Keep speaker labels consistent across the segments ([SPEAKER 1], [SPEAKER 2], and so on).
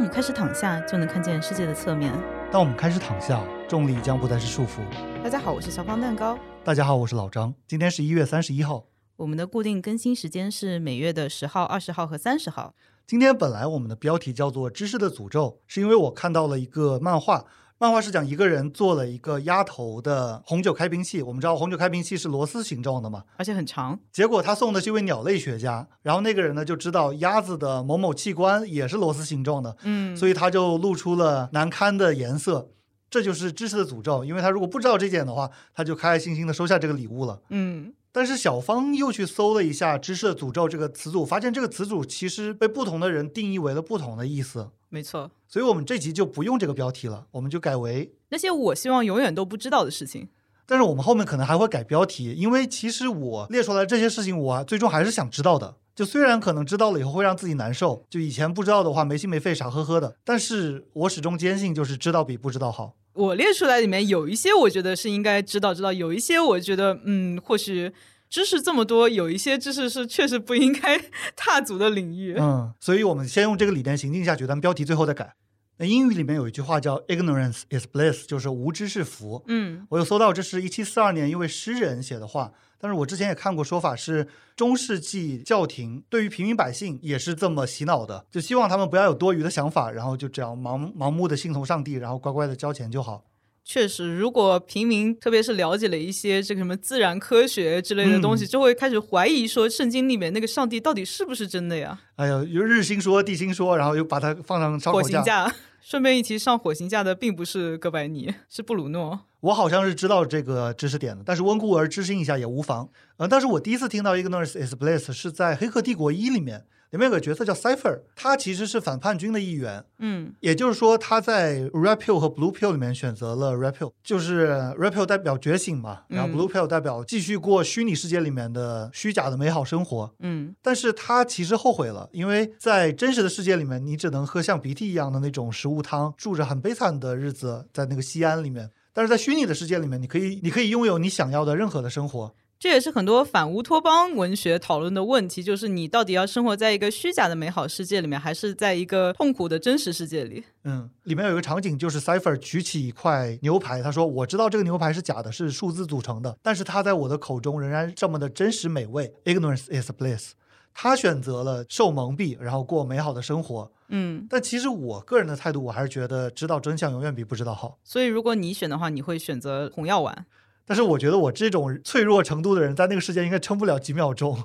[SPEAKER 1] 们开始躺下，就能看见世界的侧面。
[SPEAKER 2] 当我们开始躺下，重力将不再是束缚。
[SPEAKER 1] 大家好，我是小胖蛋糕。
[SPEAKER 2] 大家好，我是老张，今天是一月三十一号。
[SPEAKER 1] 我们的固定更新时间是每月的十号、二十号和三十号。
[SPEAKER 2] 今天本来我们的标题叫做《知识的诅咒》，是因为我看到了一个漫画，漫画是讲一个人做了一个鸭头的红酒开瓶器。我们知道红酒开瓶器是螺丝形状的嘛，
[SPEAKER 1] 而且很长。
[SPEAKER 2] 结果他送的是一位鸟类学家，然后那个人呢就知道鸭子的某某器官也是螺丝形状的，
[SPEAKER 1] 嗯，
[SPEAKER 2] 所以他就露出了难堪的颜色。这就是知识的诅咒，因为他如果不知道这点的话，他就开开心心的收下这个礼物了。
[SPEAKER 1] 嗯，
[SPEAKER 2] 但是小芳又去搜了一下“知识的诅咒”这个词组，发现这个词组其实被不同的人定义为了不同的意思，
[SPEAKER 1] 没错。
[SPEAKER 2] 所以我们这集就不用这个标题了，我们就改为。
[SPEAKER 1] 那些我希望永远都不知道的事情。
[SPEAKER 2] 但是我们后面可能还会改标题，因为其实我列出来这些事情，我啊最终还是想知道的。就虽然可能知道了以后会让自己难受，就以前不知道的话没心没肺傻呵呵的，但是我始终坚信就是知道比不知道好。
[SPEAKER 1] 我列出来里面有一些我觉得是应该知道知道，有一些我觉得嗯，或许知识这么多，有一些知识是确实不应该 踏足的领域。
[SPEAKER 2] 嗯，所以我们先用这个理念行进下去，咱们标题最后再改。那英语里面有一句话叫 “ignorance is bliss”，就是无知是福。
[SPEAKER 1] 嗯
[SPEAKER 2] 我有搜到，这是一七四二年一位诗人写的话，但是我之前也看过说法是中世纪教廷对于平民百姓也是这么洗脑的，就希望他们不要有多余的想法，然后就只要盲盲目的信从上帝，然后乖乖的交钱就好。
[SPEAKER 1] 确实，如果平民特别是了解了一些这个什么自然科学之类的东西，就会开始怀疑说圣经里面那个上帝到底是不是真的呀？
[SPEAKER 2] 哎呀，又日心说地心说，然后又把它放上烧
[SPEAKER 1] 火
[SPEAKER 2] 烤
[SPEAKER 1] 星
[SPEAKER 2] 架。
[SPEAKER 1] 架， 顺便一提，上火星架的并不是哥白尼，是布鲁诺。
[SPEAKER 2] 我好像是知道这个知识点的，但是温故而知新一下也无妨。呃，但是我第一次听到 ignorance is bliss 是在《黑客帝国一》里面，里面有个角色叫 Cipher，他其实是反叛军的一员，
[SPEAKER 1] 嗯
[SPEAKER 2] 也就是说，他在 Red Pill 和 Blue Pill 里面选择了 Red Pill，就是 Red Pill 代表觉醒嘛，然后
[SPEAKER 1] 嗯
[SPEAKER 2] Blue Pill 代表继续过虚拟世界里面的虚假的美好生活。
[SPEAKER 1] 嗯，
[SPEAKER 2] 但是他其实后悔了，因为在真实的世界里面，你只能喝像鼻涕一样的那种食物汤，住着很悲惨的日子，在那个西安里面。但是在虚拟的世界里面，你可以，你可以拥有你想要的任何的生活。
[SPEAKER 1] 这也是很多反乌托邦文学讨论的问题，就是你到底要生活在一个虚假的美好世界里面，还是在一个痛苦的真实世界里？
[SPEAKER 2] 嗯，里面有一个场景，就是 Cipher 举起一块牛排，他说：“我知道这个牛排是假的，是数字组成的，但是它在我的口中仍然这么的真实美味。Ignorance is bliss。”他选择了受蒙蔽，然后过美好的生活。
[SPEAKER 1] 嗯，
[SPEAKER 2] 但其实我个人的态度，我还是觉得知道真相永远比不知道好。
[SPEAKER 1] 所以如果你选的话，你会选择红药丸。
[SPEAKER 2] 但是我觉得我这种脆弱程度的人，在那个世界应该撑不了几 秒钟。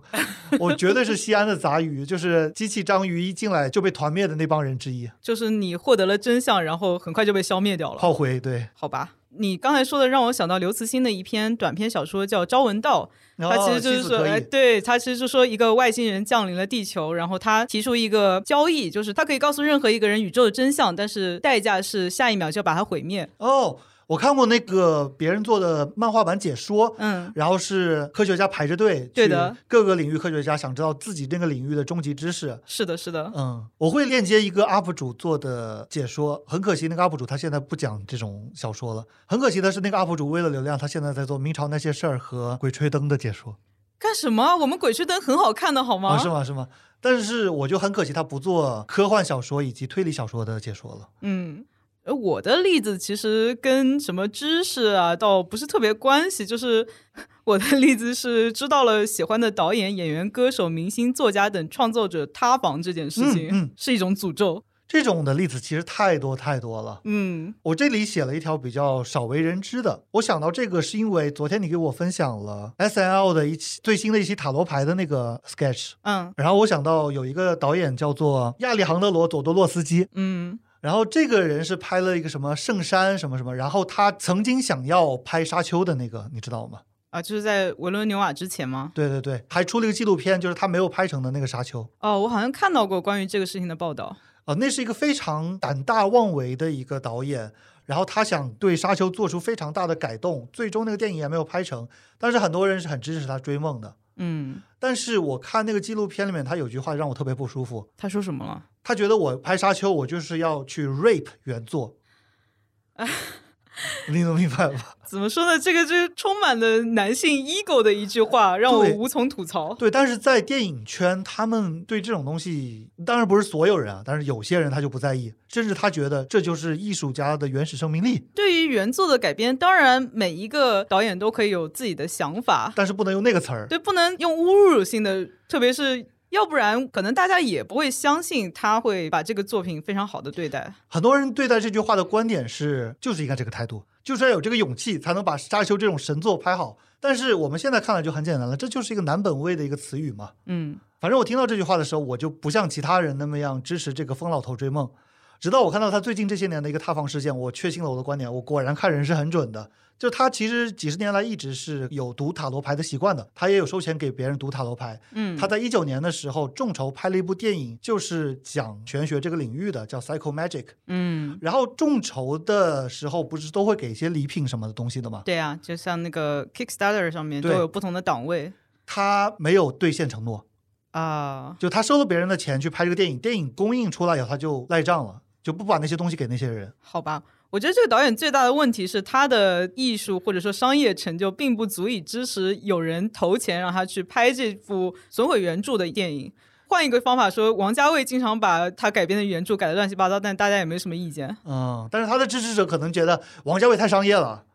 [SPEAKER 2] 我绝对是西安的杂鱼，就是机器章鱼一进来就被团灭的那帮人之一。
[SPEAKER 1] 就是你获得了真相，然后很快就被消灭掉了，
[SPEAKER 2] 炮灰对，
[SPEAKER 1] 好吧？你刚才说的让我想到刘慈欣的一篇短篇小说叫《朝闻道》，他其实就
[SPEAKER 2] 哦妻
[SPEAKER 1] 是
[SPEAKER 2] 子
[SPEAKER 1] 说，
[SPEAKER 2] 可以
[SPEAKER 1] 哎，对他其实就说一个外星人降临了地球，然后他提出一个交易，就是他可以告诉任何一个人宇宙的真相，但是代价是下一秒就要把它毁灭。
[SPEAKER 2] 哦，我看过那个别人做的漫画版解说，
[SPEAKER 1] 嗯，
[SPEAKER 2] 然后是科学家排着队，
[SPEAKER 1] 对的，
[SPEAKER 2] 各个领域科学家想知道自己那个领域的终极知识。
[SPEAKER 1] 是的，是的，
[SPEAKER 2] 嗯，我会链接一个 UP 主做的解说，很可惜那个 UP 主他现在不讲这种小说了，很可惜的是那个 UP 主为了流量，他现在在做《明朝那些事儿》和《 鬼吹灯》的解说
[SPEAKER 1] 干什么？啊我们《鬼吹灯》很好看的，好吗？
[SPEAKER 2] 啊，是吗？是吗？但是我就很可惜他不做科幻小说以及推理小说的解说了。
[SPEAKER 1] 嗯，呃我的例子其实跟什么知识啊，倒不是特别关系，就是 我的例子是知道了喜欢的导演、演员、歌手、明星、作家等创作者塌房这件事情、
[SPEAKER 2] 嗯嗯
[SPEAKER 1] 是一种诅咒。
[SPEAKER 2] 这种的例子其实太多太多了。
[SPEAKER 1] 嗯
[SPEAKER 2] 我这里写了一条比较少为人知的，我想到这个是因为昨天你给我分享了 S N L 的一期最新的一期塔罗牌的那个 sketch，
[SPEAKER 1] 嗯
[SPEAKER 2] 然后我想到有一个导演叫做亚历杭德罗·佐多洛斯基，
[SPEAKER 1] 嗯
[SPEAKER 2] 然后这个人是拍了一个什么圣山什么什么，然后他曾经想要拍沙丘的那个，你知道吗？
[SPEAKER 1] 啊，就是在维伦纽瓦之前吗？
[SPEAKER 2] 对对对，还出了一个纪录片，就是他没有拍成的那个沙丘。
[SPEAKER 1] 哦，我好像看到过关于这个事情的报道。
[SPEAKER 2] 啊，那是一个非常胆大妄为的一个导演，然后他想对《沙丘》做出非常大的改动，最终那个电影也没有拍成，但是很多人是很支持他追梦的。
[SPEAKER 1] 嗯，
[SPEAKER 2] 但是我看那个纪录片里面，他有句话让我特别不舒服，
[SPEAKER 1] 他说什么了？
[SPEAKER 2] 他觉得我拍《沙丘》，我就是要去 rape 原作，你能明白吧？
[SPEAKER 1] 怎么说呢？这个就是充满了男性 ego 的一句话，让我
[SPEAKER 2] 对
[SPEAKER 1] 无从吐槽。
[SPEAKER 2] 对，但是在电影圈，他们对这种东西，当然不是所有人啊，但是有些人他就不在意，甚至他觉得这就是艺术家的原始生命力，
[SPEAKER 1] 对于原作的改编，当然每一个导演都可以有自己的想法，
[SPEAKER 2] 但是不能用那个词儿。
[SPEAKER 1] 对，不能用侮辱性的，特别是要不然可能大家也不会相信他会把这个作品非常好的对待。
[SPEAKER 2] 很多人对待这句话的观点是，就是应该这个态度，就是要有这个勇气，才能把《沙丘》这种神作拍好。但是我们现在看来就很简单了，这就是一个南本位的一个词语嘛。
[SPEAKER 1] 嗯，
[SPEAKER 2] 反正我听到这句话的时候，我就不像其他人那么样支持这个疯老头追梦。直到我看到他最近这些年的一个塌房事件，我确信了我的观点。我果然看人是很准的，就他其实几十年来一直是有读塔罗牌的习惯的，他也有收钱给别人读塔罗牌。
[SPEAKER 1] 嗯
[SPEAKER 2] 他在一九年的时候众筹拍了一部电影，就是讲玄学这个领域的，叫《Psycho Magic》。
[SPEAKER 1] 嗯，
[SPEAKER 2] 然后众筹的时候不是都会给一些礼品什么的东西的吗？
[SPEAKER 1] 对啊，就像那个 Kickstarter 上面都
[SPEAKER 2] 对
[SPEAKER 1] 有不同的档位
[SPEAKER 2] 他没有兑现承诺，
[SPEAKER 1] 啊。
[SPEAKER 2] 就他收了别人的钱去拍这个电影，电影公映出来以后他就赖账了，就不把那些东西给那些人。
[SPEAKER 1] 好吧，我觉得这个导演最大的问题是他的艺术或者说商业成就并不足以支持有人投钱让他去拍这部损毁原著的电影。换一个方法说，王家卫经常把他改编的原著改得乱七八糟，但大家也没什么意见。
[SPEAKER 2] 嗯，但是他的支持者可能觉得王家卫太商业了，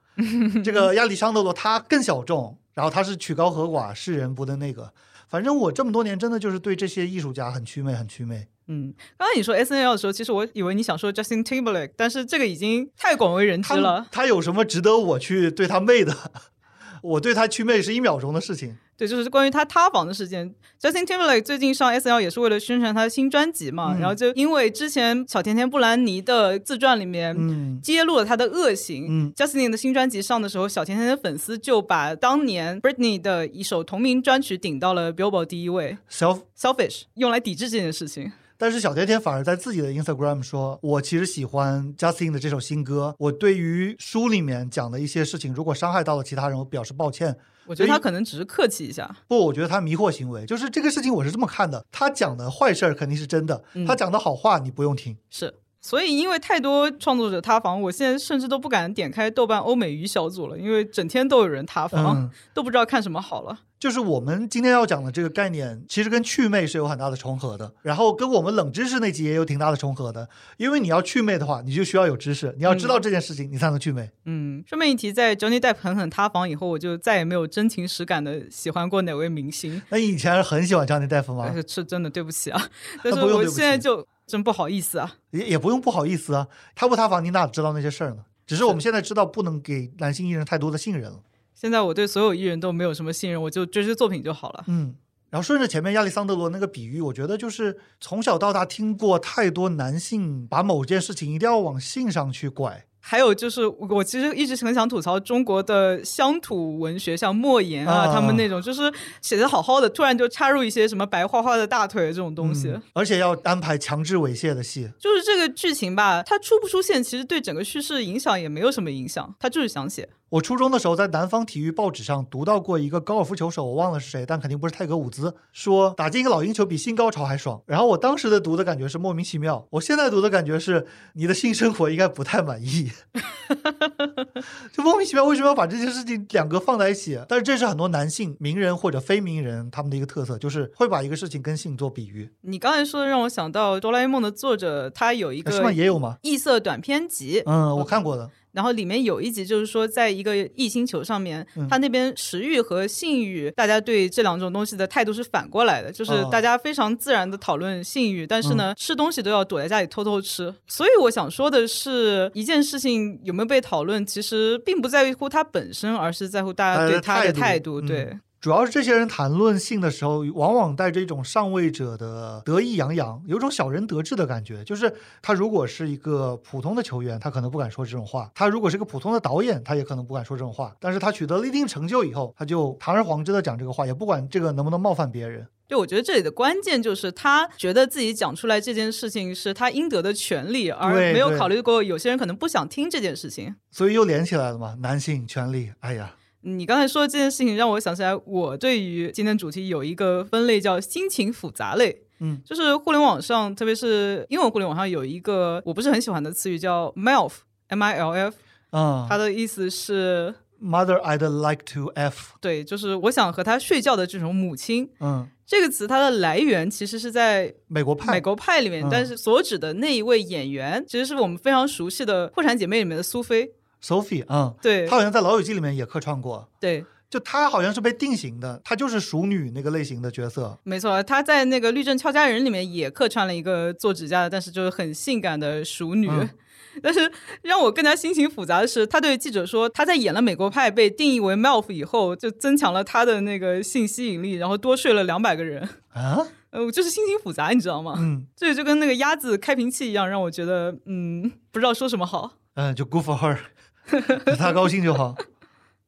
[SPEAKER 2] 这个亚历山德罗他更小众，然后他是曲高和寡，世人不的那个。反正我这么多年真的就是对这些艺术家很祛魅，很祛魅。
[SPEAKER 1] 嗯，刚才你说 S N L 的时候，其实我以为你想说 Justin Timberlake，但是这个已经太广为人知
[SPEAKER 2] 他
[SPEAKER 1] 了。
[SPEAKER 2] 他有什么值得我去对他媚的？ 我对他祛魅是一秒钟的事情。
[SPEAKER 1] 对，就是关于他塌房的事件。Justin Timberlake 最近上 S N L 也是为了宣传他的新专辑嘛，
[SPEAKER 2] 嗯
[SPEAKER 1] 然后就因为之前小甜甜布兰妮的自传里面，
[SPEAKER 2] 嗯，
[SPEAKER 1] 揭露了他的恶行。
[SPEAKER 2] 嗯
[SPEAKER 1] Justin 的新专辑上的时候，小甜甜的粉丝就把当年 Britney 的一首同名专曲顶到了 Billboard 第一位
[SPEAKER 2] 小
[SPEAKER 1] ，Selfish 用来抵制这件事情。
[SPEAKER 2] 但是小甜甜反而在自己的 Instagram 说：“我其实喜欢 Justin 的这首新歌，我对于书里面讲的一些事情，如果伤害到了其他人，我表示抱歉。
[SPEAKER 1] 我觉得他可能只是客气一下。
[SPEAKER 2] 不，我觉得他迷惑行为，就是这个事情我是这么看的。他讲的坏事儿肯定是真的，
[SPEAKER 1] 嗯
[SPEAKER 2] 他讲的好话你不用听。
[SPEAKER 1] 是，所以因为太多创作者塌房，我现在甚至都不敢点开豆瓣欧美语小组了，因为整天都有人塌房，
[SPEAKER 2] 嗯，
[SPEAKER 1] 都不知道看什么好了。
[SPEAKER 2] 就是我们今天要讲的这个概念，其实跟祛魅是有很大的重合的，然后跟我们冷知识那集也有挺大的重合的。因为你要祛魅的话，你就需要有知识，你要知道这件事情，你才能祛魅。
[SPEAKER 1] 嗯，顺便一提，在 Johnny Depp 狠狠塌房以后，我就再也没有真情实感的喜欢过哪位明星。
[SPEAKER 2] 那你以前很喜欢张天大夫吗？
[SPEAKER 1] 但是是真的对不起 啊，但是
[SPEAKER 2] 不用
[SPEAKER 1] 我
[SPEAKER 2] 对不
[SPEAKER 1] 现在
[SPEAKER 2] 起
[SPEAKER 1] 就真不好意思啊。
[SPEAKER 2] 也也不用不好意思啊，他不塌房，你哪知道那些事儿呢？只是我们现在知道不能给男性艺人太多的信任了。
[SPEAKER 1] 现在我对所有艺人都没有什么信任，我就追追作品就好了。
[SPEAKER 2] 嗯，然后顺着前面亚历桑德罗那个比喻，我觉得就是从小到大听过太多男性把某件事情一定要往性上去拐
[SPEAKER 1] 还有就是，我其实一直很想吐槽中国的乡土文学，像莫言啊，
[SPEAKER 2] 啊
[SPEAKER 1] 他们那种就是写的好好的，突然就插入一些什么白花花的大腿这种东西。
[SPEAKER 2] 嗯而且要安排强制猥亵的戏。
[SPEAKER 1] 就是这个剧情吧，它出不出现，其实对整个叙事影响也没有什么影响，他就是想写。
[SPEAKER 2] 我初中的时候在南方体育报纸上读到过一个高尔夫球手，我忘了是谁，但肯定不是泰格伍兹，说打进一个老鹰球比性高潮还爽。然后我当时的读的感觉是莫名其妙，我现在读的感觉是你的性生活应该不太满意， 就莫名其妙为什么要把这些事情两个放在一起？啊但是这是很多男性名人或者非名人他们的一个特色，就是会把一个事情跟性做比喻，
[SPEAKER 1] 你刚才说的让我想到《哆啦 A 梦》的作者，他有一
[SPEAKER 2] 啊是吗？
[SPEAKER 1] 个
[SPEAKER 2] 也有吗？
[SPEAKER 1] 异色短篇集，
[SPEAKER 2] 嗯，我看过的，
[SPEAKER 1] 然后里面有一集就是说，在一个异星球上面，
[SPEAKER 2] 嗯
[SPEAKER 1] 他那边食欲和性欲，大家对这两种东西的态度是反过来的，就是
[SPEAKER 2] 哦嗯
[SPEAKER 1] 大家非常自然的讨论性欲，但是呢，吃东西都要躲在家里偷偷吃。所以我想说的是，一件事情有没有被讨论，其实并不在乎它本身，而是在乎大家对它的
[SPEAKER 2] 大家的
[SPEAKER 1] 态
[SPEAKER 2] 态
[SPEAKER 1] 度。
[SPEAKER 2] 度嗯
[SPEAKER 1] 对，
[SPEAKER 2] 主要是这些人谈论性的时候，往往带着一种上位者的得意洋洋，有种小人得志的感觉。就是他如果是一个普通的球员，他可能不敢说这种话；他如果是个普通的导演，他也可能不敢说这种话。但是他取得了一定成就以后，他就堂而皇之的讲这个话，也不管这个能不能冒犯别人。
[SPEAKER 1] 对，我觉得这里的关键就是他觉得自己讲出来这件事情是他应得的权利，而
[SPEAKER 2] 对
[SPEAKER 1] 没有
[SPEAKER 2] 对
[SPEAKER 1] 考虑过有些人可能不想听这件事情。
[SPEAKER 2] 所以又连起来了嘛，男性权利。哎呀，
[SPEAKER 1] 你刚才说的这件事情让我想起来，我对于今天主题有一个分类叫心情复杂类。
[SPEAKER 2] 嗯，
[SPEAKER 1] 就是互联网上，特别是英文互联网上有一个我不是很喜欢的词语叫 MILF，M I L F，
[SPEAKER 2] 啊、
[SPEAKER 1] 他的意思是，
[SPEAKER 2] m o t h e r I'd like to f，
[SPEAKER 1] 对，就是我想和他睡觉的这种母亲。
[SPEAKER 2] 嗯，
[SPEAKER 1] 这个词它的来源其实是在
[SPEAKER 2] 美国派，
[SPEAKER 1] 美国派里面，
[SPEAKER 2] 嗯
[SPEAKER 1] 但是所指的那一位演员，其实是我们非常熟悉的《破产姐妹》里面的苏菲。
[SPEAKER 2] Sophie，嗯，
[SPEAKER 1] 对
[SPEAKER 2] 她好像在《老友记》里面也客串过，
[SPEAKER 1] 对，
[SPEAKER 2] 就她好像是被定型的，她就是熟女那个类型的角色，
[SPEAKER 1] 没错，她在那个《律政俏佳人》里面也客串了一个做指甲的，但是就是很性感的熟女。
[SPEAKER 2] 嗯
[SPEAKER 1] 但是让我更加心情复杂的是，她对记者说，她在演了《美国派》被定义为 MILF 以后，就增强了她的那个性吸引力，然后多睡了两百个人。
[SPEAKER 2] 啊，
[SPEAKER 1] 呃，我就是心情复杂，你知道吗？
[SPEAKER 2] 嗯
[SPEAKER 1] 这就跟那个鸭子开瓶器一样，让我觉得嗯，不知道说什么好。
[SPEAKER 2] 嗯，就 good for her，她 高兴就好。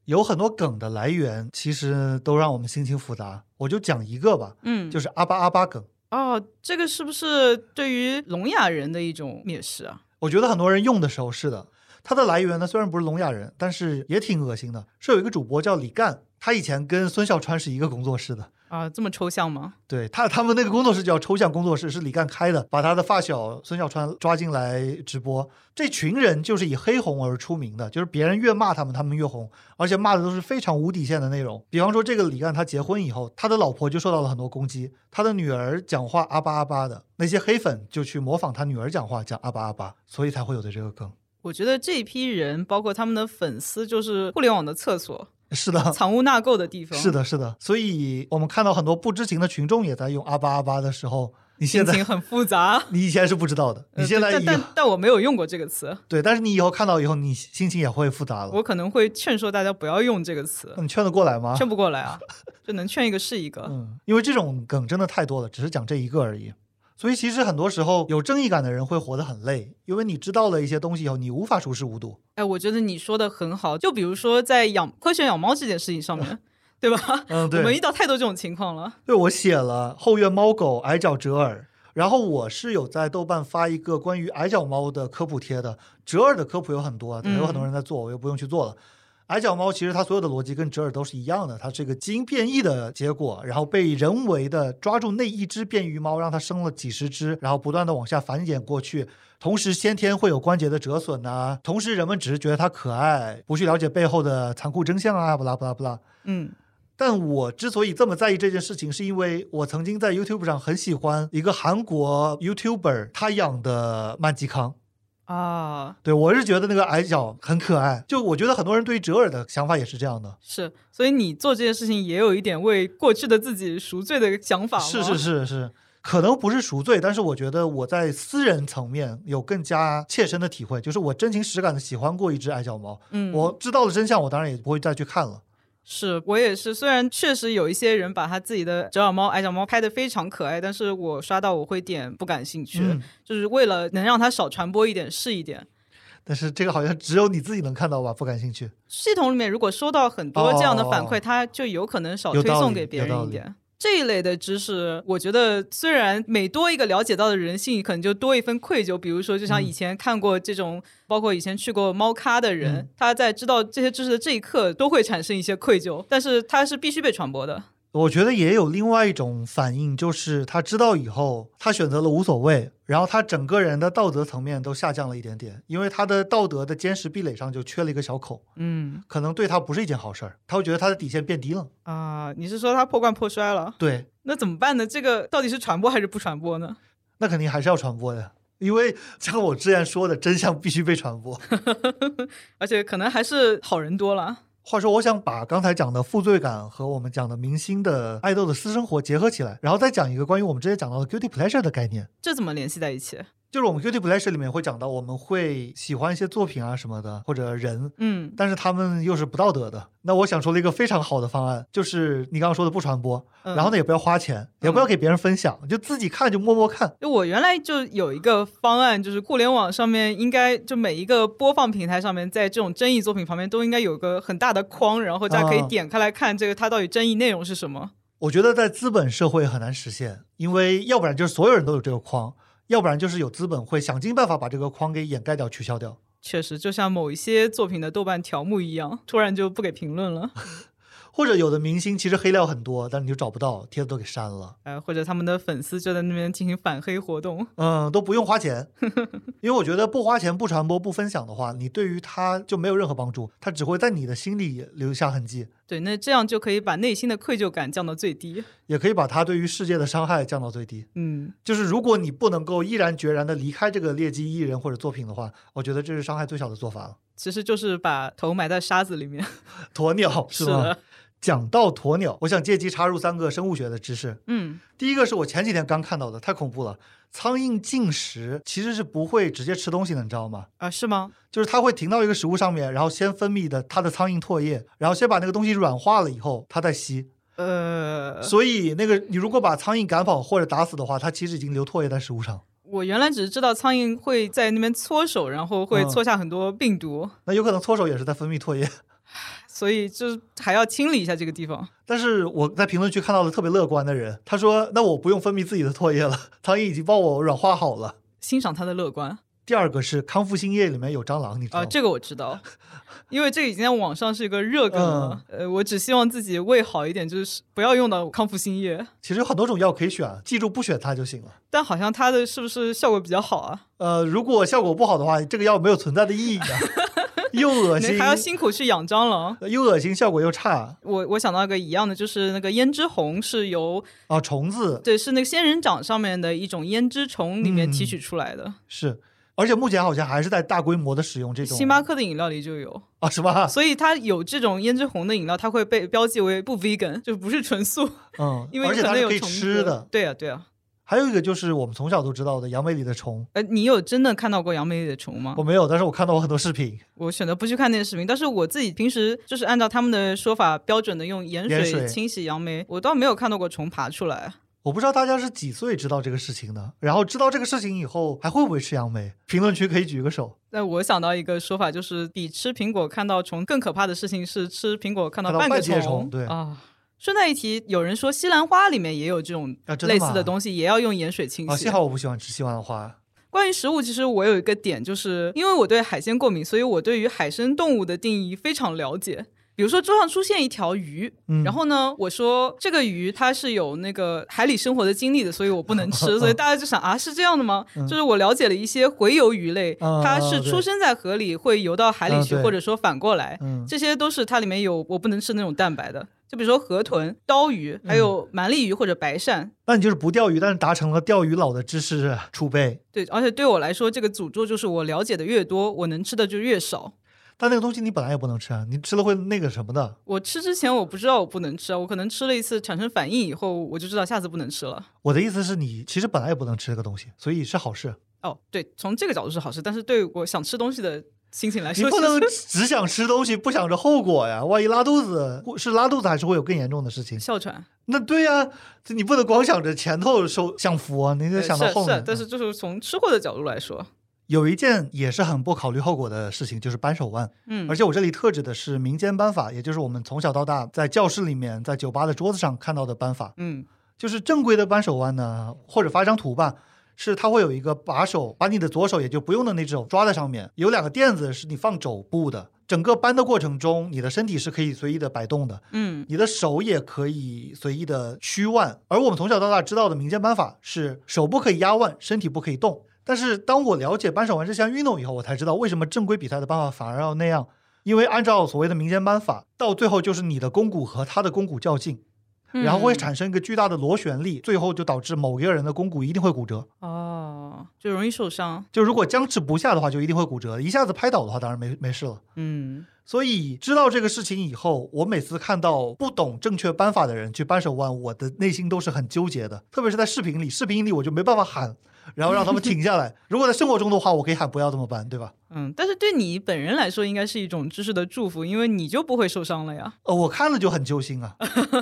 [SPEAKER 2] 有很多梗的来源其实都让我们心情复杂，我就讲一个吧，
[SPEAKER 1] 嗯，
[SPEAKER 2] 就是阿巴阿巴梗。
[SPEAKER 1] 哦，这个是不是对于聋哑人的一种蔑视啊？
[SPEAKER 2] 我觉得很多人用的时候是的。它的来源呢，虽然不是聋哑人，但是也挺恶心的。是有一个主播叫李干，他以前跟孙笑川是一个工作室的。
[SPEAKER 1] 啊，这么抽象吗？
[SPEAKER 2] 对他，他们那个工作室叫抽象工作室，是李干开的，把他的发小孙小川抓进来直播。这群人就是以黑红而出名的，就是别人越骂他们，他们越红，而且骂的都是非常无底线的内容。比方说，这个李干他结婚以后，他的老婆就受到了很多攻击，他的女儿讲话啊阿巴阿巴的，那些黑粉就去模仿他女儿讲话，讲阿啊巴阿巴，所以才会有的这个梗。
[SPEAKER 1] 我觉得这一批人，包括他们的粉丝，就是互联网的厕所，
[SPEAKER 2] 是的，
[SPEAKER 1] 藏污纳垢的地方。
[SPEAKER 2] 啊 是，的，是的。所以我们看到很多不知情的群众也在用啊阿巴阿巴的时候，你现
[SPEAKER 1] 心情
[SPEAKER 2] 在
[SPEAKER 1] 很复杂。
[SPEAKER 2] 你以前是不知道的， 你现在
[SPEAKER 1] 呃
[SPEAKER 2] 以
[SPEAKER 1] 但但但我没有用过这个词，
[SPEAKER 2] 对，但是你以后看到以后，你心情也会复杂了。
[SPEAKER 1] 我可能会劝说大家不要用这个词
[SPEAKER 2] 那，你劝得过来吗？
[SPEAKER 1] 劝不过来啊，就能劝一个是一个。
[SPEAKER 2] 嗯，因为这种梗真的太多了，只是讲这一个而已。所以其实很多时候有正义感的人会活得很累，因为你知道了一些东西以后，你无法熟视无睹。
[SPEAKER 1] 哎，我觉得你说的很好，就比如说在养科学养猫这件事情上面，对吧？
[SPEAKER 2] 嗯，
[SPEAKER 1] 我们遇
[SPEAKER 2] 对，
[SPEAKER 1] 到太多这种情况了。
[SPEAKER 2] 对我写了后院猫狗矮脚折耳，然后我是有在豆瓣发一个关于矮脚猫的科普贴的，折耳的科普有很多，啊
[SPEAKER 1] 嗯
[SPEAKER 2] 有很多人在做，我又不用去做了。矮脚猫其实它所有的逻辑跟折耳都是一样的，它是一个基因变异的结果，然后被人为的抓住那一只变异猫，让它生了几十只，然后不断的往下繁衍过去。同时，先天会有关节的折损呐、同时人们只是觉得它可爱，不去了解背后的残酷真相啊，不啦不啦不啦。
[SPEAKER 1] 嗯，
[SPEAKER 2] 但我之所以这么在意这件事情，是因为我曾经在 YouTube 上很喜欢一个韩国 YouTuber，他养的曼吉康。
[SPEAKER 1] 啊，
[SPEAKER 2] 对我是觉得那个矮脚很可爱，就我觉得很多人对于折耳的想法也是这样的。
[SPEAKER 1] 是，所以你做这件事情也有一点为过去的自己赎罪的想法吗
[SPEAKER 2] 是是，是是，可能不是赎罪，但是我觉得我在私人层面有更加切身的体会，就是我真情实感的喜欢过一只矮脚猫。
[SPEAKER 1] 嗯，
[SPEAKER 2] 我知道了真相，我当然也不会再去看了。
[SPEAKER 1] 是我也是。虽然确实有一些人把他自己的折耳猫、矮脚猫拍的非常可爱，但是我刷到我会点不感兴趣，
[SPEAKER 2] 嗯
[SPEAKER 1] 就是为了能让它少传播一点是一点。
[SPEAKER 2] 但是这个好像只有你自己能看到吧？不感兴趣。
[SPEAKER 1] 系统里面如果收到很多这样的反
[SPEAKER 2] 哦
[SPEAKER 1] 馈，它就有可能少
[SPEAKER 2] 有
[SPEAKER 1] 推
[SPEAKER 2] 道
[SPEAKER 1] 送
[SPEAKER 2] 理
[SPEAKER 1] 给别
[SPEAKER 2] 有道
[SPEAKER 1] 人一
[SPEAKER 2] 理
[SPEAKER 1] 点。这一类的知识，我觉得虽然每多一个了解到的人性，可能就多一份愧疚。比如说，就
[SPEAKER 2] 嗯
[SPEAKER 1] 像以前看过这种，包括以前去过猫咖的人，
[SPEAKER 2] 嗯
[SPEAKER 1] 他在知道这些知识的这一刻，都会产生一些愧疚，但是它是必须被传播的。
[SPEAKER 2] 我觉得也有另外一种反应，就是他知道以后，他选择了无所谓，然后他整个人的道德层面都下降了一点点，因为他的道德的坚实壁垒上就缺了一个小口，
[SPEAKER 1] 嗯
[SPEAKER 2] 可能对他不是一件好事儿，他会觉得他的底线变低了。
[SPEAKER 1] 啊、你是说它破罐破摔了？
[SPEAKER 2] 对，
[SPEAKER 1] 那怎么办呢？这个到底是传播还是不传播呢？
[SPEAKER 2] 那肯定还是要传播的，因为像我之前说的，真相必须被传播。
[SPEAKER 1] 而且可能还是好人多了。
[SPEAKER 2] 话说，我想把刚才讲的负罪感和我们讲的明星的爱豆的私生活结合起来，然后再讲一个关于我们之前讲到的 guilty pleasure 的概念。
[SPEAKER 1] 这怎么联系在一起？
[SPEAKER 2] 就是我们 guilty pleasure 里面会讲到，我们会喜欢一些作品啊什么的，或者人，
[SPEAKER 1] 嗯
[SPEAKER 2] 但是他们又是不道德的。那我想出了一个非常好的方案，就是你刚刚说的不传播，
[SPEAKER 1] 嗯
[SPEAKER 2] 然后呢也不要花钱，也不要给别人分享，就自己看就默默看。
[SPEAKER 1] 就我原来就有一个方案，就是互联网上面应该就每一个播放平台上面，在这种争议作品旁边都应该有个很大的框，然后大家可以
[SPEAKER 2] 啊
[SPEAKER 1] 点开来看这个它到底争议内容是什么。
[SPEAKER 2] 我觉得在资本社会很难实现，因为要不然就是所有人都有这个框，要不然就是有资本会想尽办法把这个框给掩盖掉、取消掉。
[SPEAKER 1] 确实，就像某一些作品的豆瓣条目一样，突然就不给评论了。
[SPEAKER 2] 或者有的明星其实黑料很多，但你就找不到，帖子都给删了。
[SPEAKER 1] 呃，或者他们的粉丝就在那边进行反黑活动。
[SPEAKER 2] 嗯，都不用花钱，因为我觉得不花钱、不传播、不分享的话，你对于他就没有任何帮助，他只会在你的心里留下痕迹，
[SPEAKER 1] 对，那这样就可以把内心的愧疚感降到最低。
[SPEAKER 2] 也可以把他对于世界的伤害降到最低。
[SPEAKER 1] 嗯，
[SPEAKER 2] 就是如果你不能够毅然决然的离开这个劣迹艺人或者作品的话，我觉得这是伤害最小的做法了。
[SPEAKER 1] 其实就是把头埋在沙子里面。
[SPEAKER 2] 鸵鸟是吗？
[SPEAKER 1] 的，
[SPEAKER 2] 讲到鸵鸟，我想借机插入三个生物学的知识。
[SPEAKER 1] 嗯，
[SPEAKER 2] 第一个是我前几天刚看到的，太恐怖了。苍蝇进食其实是不会直接吃东西的，你知道吗？
[SPEAKER 1] 啊，是吗？
[SPEAKER 2] 就是它会停到一个食物上面，然后先分泌的它的苍蝇唾液，然后先把那个东西软化了以后，它再吸。
[SPEAKER 1] 呃，
[SPEAKER 2] 所以那个你如果把苍蝇赶跑或者打死的话，它其实已经留唾液在食物上。
[SPEAKER 1] 我原来只是知道苍蝇会在那边搓手，然后会
[SPEAKER 2] 嗯
[SPEAKER 1] 搓下很多病毒，
[SPEAKER 2] 那有可能搓手也是在分泌唾液。
[SPEAKER 1] 所以就是还要清理一下这个地方。
[SPEAKER 2] 但是我在评论区看到了特别乐观的人，他说：“那我不用分泌自己的唾液了， 苍蝇已经帮我软化好了。”
[SPEAKER 1] 欣赏他的乐观
[SPEAKER 2] 第二个是《康复新业》里面有蟑螂，你知道
[SPEAKER 1] 啊、
[SPEAKER 2] 吗？
[SPEAKER 1] 这个我知 道，因为这个已经在网上是一个热梗了。
[SPEAKER 2] 嗯
[SPEAKER 1] 呃，我只希望自己胃好一点，就是不要用到康复新液。
[SPEAKER 2] 其实有很多种药可以选，记住不选它就行了。
[SPEAKER 1] 但好像它的是不是效果比较好啊？
[SPEAKER 2] 呃，如果效果不好的话，这个药没有存在的意义啊， 又恶
[SPEAKER 1] 你
[SPEAKER 2] 心，
[SPEAKER 1] 还要辛苦去养蟑螂。
[SPEAKER 2] 又恶心，效果又差
[SPEAKER 1] 我我想到一个一样的，就是那个胭脂红是由
[SPEAKER 2] 啊。虫子
[SPEAKER 1] 对是那个仙人掌上面的一种胭脂虫里面
[SPEAKER 2] 嗯
[SPEAKER 1] 提取出来的，
[SPEAKER 2] 是，而且目前好像还是在大规模的使用这种
[SPEAKER 1] 星巴克的饮料里就有。
[SPEAKER 2] 啊，是吧？
[SPEAKER 1] 所以它有这种胭脂红的饮料，它会被标记为不 vegan，就不是纯素，
[SPEAKER 2] 嗯，
[SPEAKER 1] 因为
[SPEAKER 2] 而且
[SPEAKER 1] 可
[SPEAKER 2] 它
[SPEAKER 1] 能
[SPEAKER 2] 是
[SPEAKER 1] 有
[SPEAKER 2] 可以
[SPEAKER 1] 虫子
[SPEAKER 2] 吃的。
[SPEAKER 1] 对啊，对啊。
[SPEAKER 2] 还有一个就是我们从小都知道的杨梅里的虫，
[SPEAKER 1] 呃，你有真的看到过杨梅里的虫吗
[SPEAKER 2] 我？没有，但是我看到过很多视频，
[SPEAKER 1] 我选择不去看那些视频，但是我自己平时就是按照他们的说法标准的用盐
[SPEAKER 2] 盐
[SPEAKER 1] 水
[SPEAKER 2] 水
[SPEAKER 1] 清洗杨梅，我倒没有看到过虫爬出来。
[SPEAKER 2] 我不知道大家是几岁知道这个事情的，然后知道这个事情以后还会不会吃杨梅？评论区可以举个手。
[SPEAKER 1] 那我想到一个说法，就是比吃苹果看到虫更可怕的事情是吃苹果看到
[SPEAKER 2] 看到
[SPEAKER 1] 个
[SPEAKER 2] 半截
[SPEAKER 1] 虫。
[SPEAKER 2] 虫对
[SPEAKER 1] 啊。顺带一提，有人说西兰花里面也有这种
[SPEAKER 2] 啊真的
[SPEAKER 1] 类似
[SPEAKER 2] 吗
[SPEAKER 1] 的东西，也要用盐水清
[SPEAKER 2] 啊，
[SPEAKER 1] 洗
[SPEAKER 2] 幸。好我不喜欢吃西兰花。
[SPEAKER 1] 关于食物，其实我有一个点，就是因为我对海鲜过敏，所以我对于海生动物的定义非常了解。比如说桌上出现一条鱼，
[SPEAKER 2] 嗯
[SPEAKER 1] 然后呢，我说这个鱼它是有那个海里生活的经历的，所以我不能 吃，所以大家就想啊，是这样的吗？就是我了解了一些洄游鱼类，
[SPEAKER 2] 啊
[SPEAKER 1] 它
[SPEAKER 2] 啊
[SPEAKER 1] 是
[SPEAKER 2] 嗯对
[SPEAKER 1] 出生在河里会游到海里
[SPEAKER 2] 啊
[SPEAKER 1] 去，
[SPEAKER 2] 对
[SPEAKER 1] 或者说反过来，
[SPEAKER 2] 嗯
[SPEAKER 1] 这些都是它里面有我不能吃的那种蛋白的。就比如说河豚、刀鱼，还
[SPEAKER 2] 嗯
[SPEAKER 1] 有蛮力鱼或者白鳝，
[SPEAKER 2] 那你就是不钓鱼，但是达成了钓鱼佬的知识储备。
[SPEAKER 1] 对，而且对我来说，这个诅咒就是我了解的越多，我能吃的就越少。
[SPEAKER 2] 但那个东西你本来也不能吃啊，你吃了会那个什么的。
[SPEAKER 1] 我吃之前我不知道我不能吃啊，我可能吃了一次产生反应以后，我就知道下次不能吃了。
[SPEAKER 2] 我的意思是你其实本来也不能吃这个东西，所以是好事。
[SPEAKER 1] 哦，对，从这个角度是好事，但是对我想吃东西的心情来
[SPEAKER 2] 你
[SPEAKER 1] 哎说，
[SPEAKER 2] 不能
[SPEAKER 1] 是
[SPEAKER 2] 只想吃东西，不想着后果呀。万一拉肚子，是拉肚子还是会有更严重的事情。
[SPEAKER 1] 哮喘。
[SPEAKER 2] 那对呀、这你不能光想着前头受享福啊，你
[SPEAKER 1] 对
[SPEAKER 2] 得
[SPEAKER 1] 是
[SPEAKER 2] 想到
[SPEAKER 1] 啊
[SPEAKER 2] 后
[SPEAKER 1] 是啊
[SPEAKER 2] 面。
[SPEAKER 1] 但是就是从吃货的角度来说，
[SPEAKER 2] 有一件也是很不考虑后果的事情，就是扳手腕。
[SPEAKER 1] 嗯，
[SPEAKER 2] 而
[SPEAKER 1] 且
[SPEAKER 2] 且我这里特指的是民间扳法，也就是我们从小到大在教室里面、在酒吧的桌子上看到的扳法。
[SPEAKER 1] 嗯，
[SPEAKER 2] 就是正规的扳手腕呢，或者发一张图吧，是它会有一个把手，把你的左手也就不用的那只手抓在上面，有两个垫子是你放肘部的。整个扳的过程中，你的身体是可以随意的摆动的，
[SPEAKER 1] 嗯，
[SPEAKER 2] 你的手也可以随意的屈腕。而我们从小到大知道的民间扳法是手不可以压腕，身体不可以动。但是当我了解扳手腕这项运动以后，我才知道为什么正规比赛的办法反而要那样。因为按照所谓的民间扳法，到最后就是你的肱骨和他的肱骨较劲，
[SPEAKER 1] 嗯
[SPEAKER 2] 然后会产生一个巨大的螺旋力，最后就导致某一个人的肱骨一定会骨折。
[SPEAKER 1] 哦，就容易受伤。
[SPEAKER 2] 就如果僵持不下的话，就一定会骨折；一下子拍倒的话，当然没没事了。
[SPEAKER 1] 嗯，
[SPEAKER 2] 所以知道这个事情以后，我每次看到不懂正确扳法的人去扳手腕，我的内心都是很纠结的。特别是在视频里，视频里我就没办法喊，然后让他们停下来。如果在生活中的话，我可以喊不要这么扳，对吧？
[SPEAKER 1] 嗯，但是对你本人来说，应该是一种知识的祝福，因为你就不会受伤了呀。
[SPEAKER 2] 呃，我看了就很揪心啊，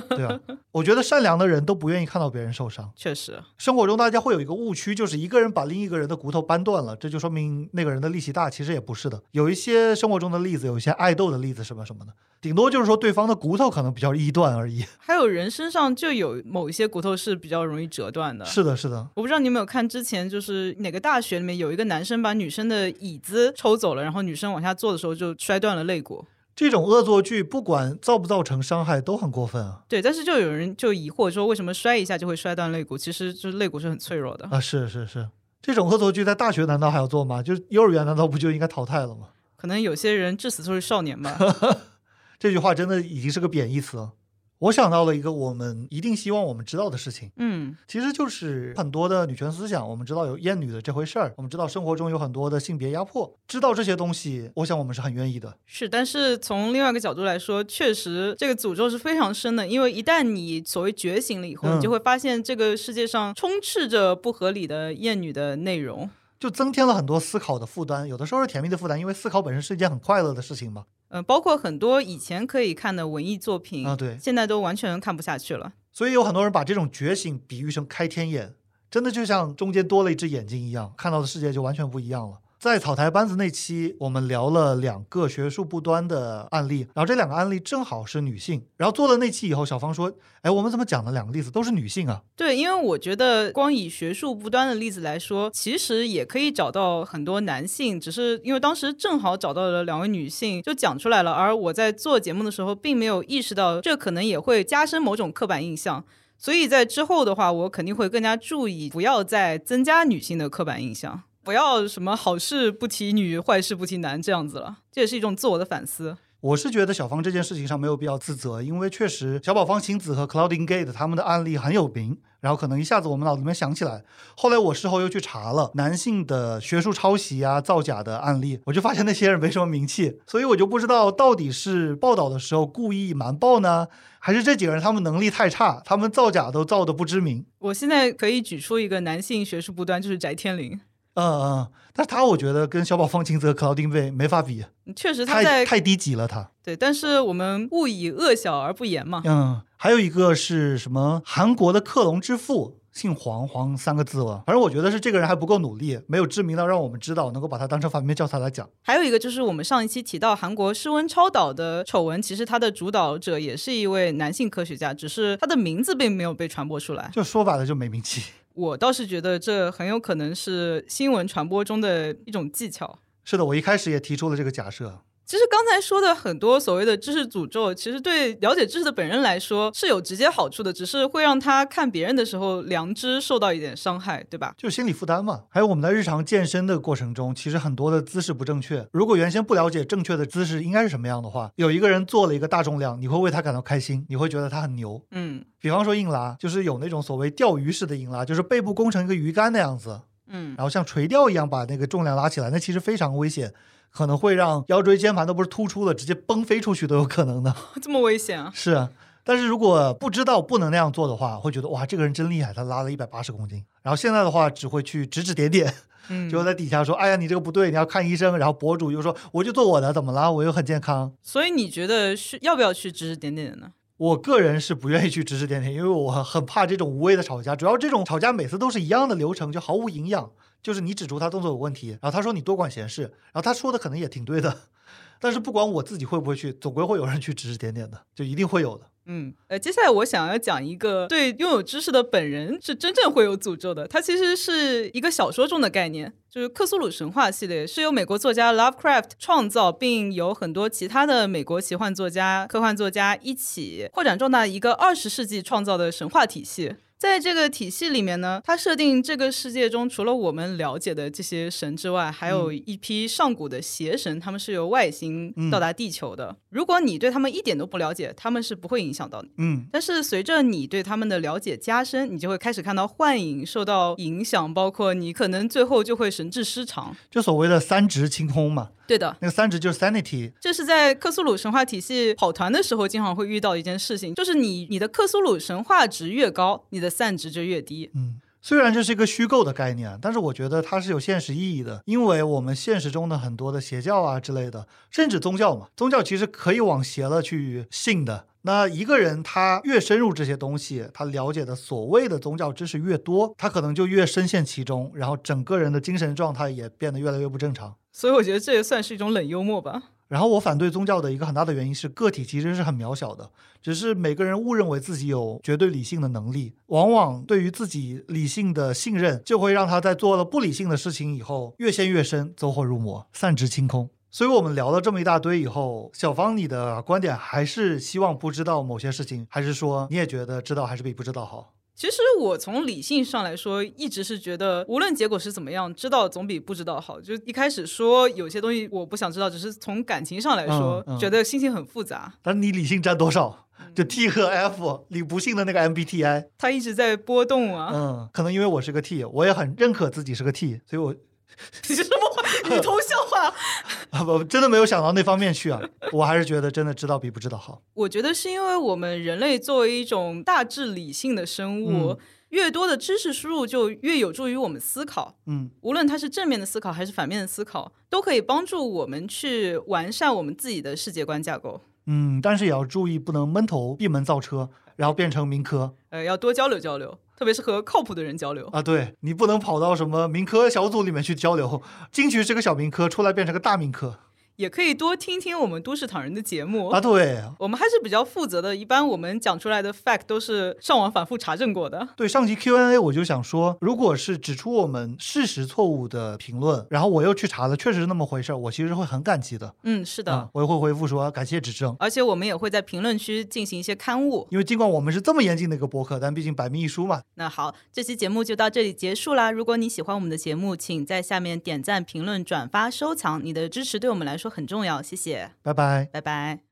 [SPEAKER 2] 对吧？我觉得善良的人都不愿意看到别人受伤。
[SPEAKER 1] 确实，
[SPEAKER 2] 生活中大家会有一个误区，就是一个人把另一个人的骨头掰断了，这就说明那个人的力气大。其实也不是的，有一些生活中的例子，有一些爱豆的例子，什么什么的，顶多就是说对方的骨头可能比较易断而已。
[SPEAKER 1] 还有人身上就有某一些骨头是比较容易折断的。
[SPEAKER 2] 是的，是的，
[SPEAKER 1] 我不知道你有没有看之前，就是哪个大学里面有一个男生把女生的椅子抽走了，然后女生往下坐的时候就摔断了肋骨。
[SPEAKER 2] 这种恶作剧，不管造不造成伤害，都很过分啊！
[SPEAKER 1] 对，但是就有人就疑惑说，为什么摔一下就会摔断肋骨？其实就是肋骨是很脆弱的，
[SPEAKER 2] 啊，是是是，这种恶作剧在大学难道还要做吗？就是幼儿园难道不就应该淘汰了吗？
[SPEAKER 1] 可能有些人至死都是少年 吧。
[SPEAKER 2] 这句话真的已经是个贬义词了。我想到了一个我们一定希望我们知道的事情，
[SPEAKER 1] 嗯
[SPEAKER 2] 其实就是很多的女权思想，我们知道有厌女的这回事儿，我们知道生活中有很多的性别压迫，知道这些东西，我想我们是很愿意的。，
[SPEAKER 1] 是，但是从另外一个角度来说，确实这个诅咒是非常深的，因为一旦你所谓觉醒了以后，
[SPEAKER 2] 嗯
[SPEAKER 1] 你就会发现这个世界上充斥着不合理的厌女的内容。
[SPEAKER 2] 就增添了很多思考的负担，有的时候是甜蜜的负担，因为思考本身是一件很快乐的事情嘛。
[SPEAKER 1] 嗯、包括很多以前可以看的文艺作品
[SPEAKER 2] 啊对
[SPEAKER 1] 现在都完全看不下去了。
[SPEAKER 2] 所以有很多人把这种觉醒比喻成开天眼，真的就像中间多了一只眼睛一样，看到的世界就完全不一样了。在草台班子那期，我们聊了两个学术不端的案例，然后这两个案例正好是女性。然后做了那期以后，小芳说：“哎，我们怎么讲的两个例子都是女性啊
[SPEAKER 1] 对，因为我觉得光以学术不端的例子来说，其实也可以找到很多男性，只是因为当时正好找到了两位女性，就讲出来了。而我在做节目的时候，并没有意识到这可能也会加深某种刻板印象，所以在之后的话，我肯定会更加注意，不要再增加女性的刻板印象，不要什么好事不提女，坏事不提男这样子了。这也是一种自我的反思。？”
[SPEAKER 2] 我是觉得小芳这件事情上没有必要自责，因为确实小宝方晴子和 Claudine Gay 的他们的案例很有名，然后可能一下子我们脑子里面想起来。后来我事后又去查了男性的学术抄袭啊、造假的案例，我就发现那些人没什么名气，所以我就不知道到底是报道的时候故意瞒报呢，还是这几个人他们能力太差，他们造假都造的不知名。
[SPEAKER 1] 我现在可以举出一个男性学术不端，就是翟天临。
[SPEAKER 2] 嗯嗯，但是他我觉得跟小宝方晴子和 Claudine Gay 没法比，
[SPEAKER 1] 确实，他在
[SPEAKER 2] 太太低级了他。
[SPEAKER 1] 对，但是我们勿以恶小而不言嘛。
[SPEAKER 2] 嗯，还有一个是什么？韩国的克隆之父，姓黄，黄三个字了。反正我觉得是这个人还不够努力，没有知名到让我们知道，能够把他当成反面教材来讲。
[SPEAKER 1] 还有一个就是我们上一期提到韩国室温超导的丑闻，其实它的主导者也是一位男性科学家，只是他的名字并没有被传播出来。
[SPEAKER 2] 就说白了就没名气。
[SPEAKER 1] 我倒是觉得这很有可能是新闻传播中的一种技巧。
[SPEAKER 2] 是的，我一开始也提出了这个假设。
[SPEAKER 1] 其实刚才说的很多所谓的知识诅咒，其实对了解知识的本人来说是有直接好处的，只是会让他看别人的时候良知受到一点伤害，对吧？
[SPEAKER 2] 就心理负担嘛。还有我们在日常健身的过程中，其实很多的姿势不正确。如果原先不了解正确的姿势应该是什么样的话，有一个人做了一个大重量，你会为他感到开心，你会觉得他很牛。
[SPEAKER 1] 嗯
[SPEAKER 2] 比方说硬拉，就是有那种所谓钓鱼式的硬拉，就是背部弓成一个鱼竿那样子，
[SPEAKER 1] 嗯，
[SPEAKER 2] 然后像垂钓一样把那个重量拉起来，那其实非常危险，可能会让腰椎间盘都不是突出了，直接崩飞出去都有可能的。
[SPEAKER 1] 这么危险啊！
[SPEAKER 2] 是啊，但是如果不知道不能那样做的话，会觉得哇，这个人真厉害，他拉了一百八十公斤。然后现在的话，只会去指指点点，
[SPEAKER 1] 嗯，
[SPEAKER 2] 就在底下说，哎呀，你这个不对，你要看医生。然后博主又说，我就做我的，怎么啦？我又很健康。
[SPEAKER 1] 所以你觉得是要不要去指指点点的呢？
[SPEAKER 2] 我个人是不愿意去指指点点，因为我很怕这种无谓的吵架。主要这种吵架每次都是一样的流程，就毫无营养。就是你指出他动作有问题，然后他说你多管闲事，然后他说的可能也挺对的，但是不管我自己会不会去，总归会有人去指指点点的，就一定会有的。
[SPEAKER 1] 嗯，呃，接下来我想要讲一个对拥有知识的本人是真正会有诅咒的。它其实是一个小说中的概念，就是克苏鲁神话系列，是由美国作家 Lovecraft 创造，并有很多其他的美国奇幻作家、科幻作家一起扩展壮大一个二十世纪创造的神话体系。在这个体系里面呢，它设定这个世界中除了我们了解的这些神之外，还有一批上古的邪神，他们是由外星到达地球的。如果你对他们一点都不了解，他们是不会影响到你。
[SPEAKER 2] 嗯，
[SPEAKER 1] 但是随着你对他们的了解加深，你就会开始看到幻影受到影响，包括你可能最后就会神志失常。
[SPEAKER 2] 就所谓的三值清空嘛，
[SPEAKER 1] 对的，
[SPEAKER 2] 那个三值就是 sanity，
[SPEAKER 1] 这是在克苏鲁神话体系跑团的时候经常会遇到的一件事情，就是你你的克苏鲁神话值越高，你的散值就越低。
[SPEAKER 2] 嗯，虽然这是一个虚构的概念，但是我觉得它是有现实意义的，因为我们现实中的很多的邪教啊之类的，甚至宗教嘛，宗教其实可以往邪了去信的。那一个人他越深入这些东西，他了解的所谓的宗教知识越多，他可能就越深陷其中，然后整个人的精神状态也变得越来越不正常。
[SPEAKER 1] 所以我觉得这也算是一种冷幽默吧。
[SPEAKER 2] 然后我反对宗教的一个很大的原因是，个体其实是很渺小的，只是每个人误认为自己有绝对理性的能力，往往对于自己理性的信任，就会让他在做了不理性的事情以后，越陷越深，走火入魔，散值清空。所以我们聊了这么一大堆以后，小芳，你的观点还是希望不知道某些事情，还是说你也觉得知道还是比不知道好？
[SPEAKER 1] 其实我从理性上来说，一直是觉得无论结果是怎么样，知道总比不知道好。就一开始说有些东西我不想知道，只是从感情上来说，
[SPEAKER 2] 嗯嗯
[SPEAKER 1] 觉得心情很复杂。
[SPEAKER 2] 但是你理性占多少？就 T 和 F，你不信的那个 MBTI，
[SPEAKER 1] 它一直在波动啊。
[SPEAKER 2] 嗯，可能因为我是个 T，我也很认可自己是个 T，所以我
[SPEAKER 1] 你什么 话？你偷笑话？
[SPEAKER 2] 啊不真的没有想到那方面去啊，我还是觉得真的知道比不知道好。
[SPEAKER 1] 我觉得是因为我们人类作为一种大致理性的生物，
[SPEAKER 2] 嗯
[SPEAKER 1] 越多的知识输入就越有助于我们思考，
[SPEAKER 2] 嗯
[SPEAKER 1] 无论它是正面的思考还是反面的思考，都可以帮助我们去完善我们自己的世界观架构。
[SPEAKER 2] 嗯，但是也要注意不能闷头闭门造车，然后变成民科
[SPEAKER 1] 呃，要多交流交流，特别是和靠谱的人交流。
[SPEAKER 2] 啊，对你不能跑到什么民科小组里面去交流，进去是个小民科，出来变成个大民科
[SPEAKER 1] 也可以多听听我们都市躺人的节目。
[SPEAKER 2] 啊，对
[SPEAKER 1] 我们还是比较负责的，一般我们讲出来的 fact 都是上网反复查证过的。
[SPEAKER 2] 对，上集 Q&A 我就想说，如果是指出我们事实错误的评论，然后我又去查了，确实是那么回事儿，我其实会很感激的。
[SPEAKER 1] 嗯，是的，
[SPEAKER 2] 啊，我也会回复说感谢指正。
[SPEAKER 1] 而且我们也会在评论区进行一些刊物。
[SPEAKER 2] 因为尽管我们是这么严谨的一个博客，但毕竟百密一疏嘛。
[SPEAKER 1] 那好，这期节目就到这里结束啦。如果你喜欢我们的节目，请在下面点赞、评论、转发、收藏，你的支持对我们来说很重要，谢谢，
[SPEAKER 2] 拜拜。
[SPEAKER 1] 拜拜。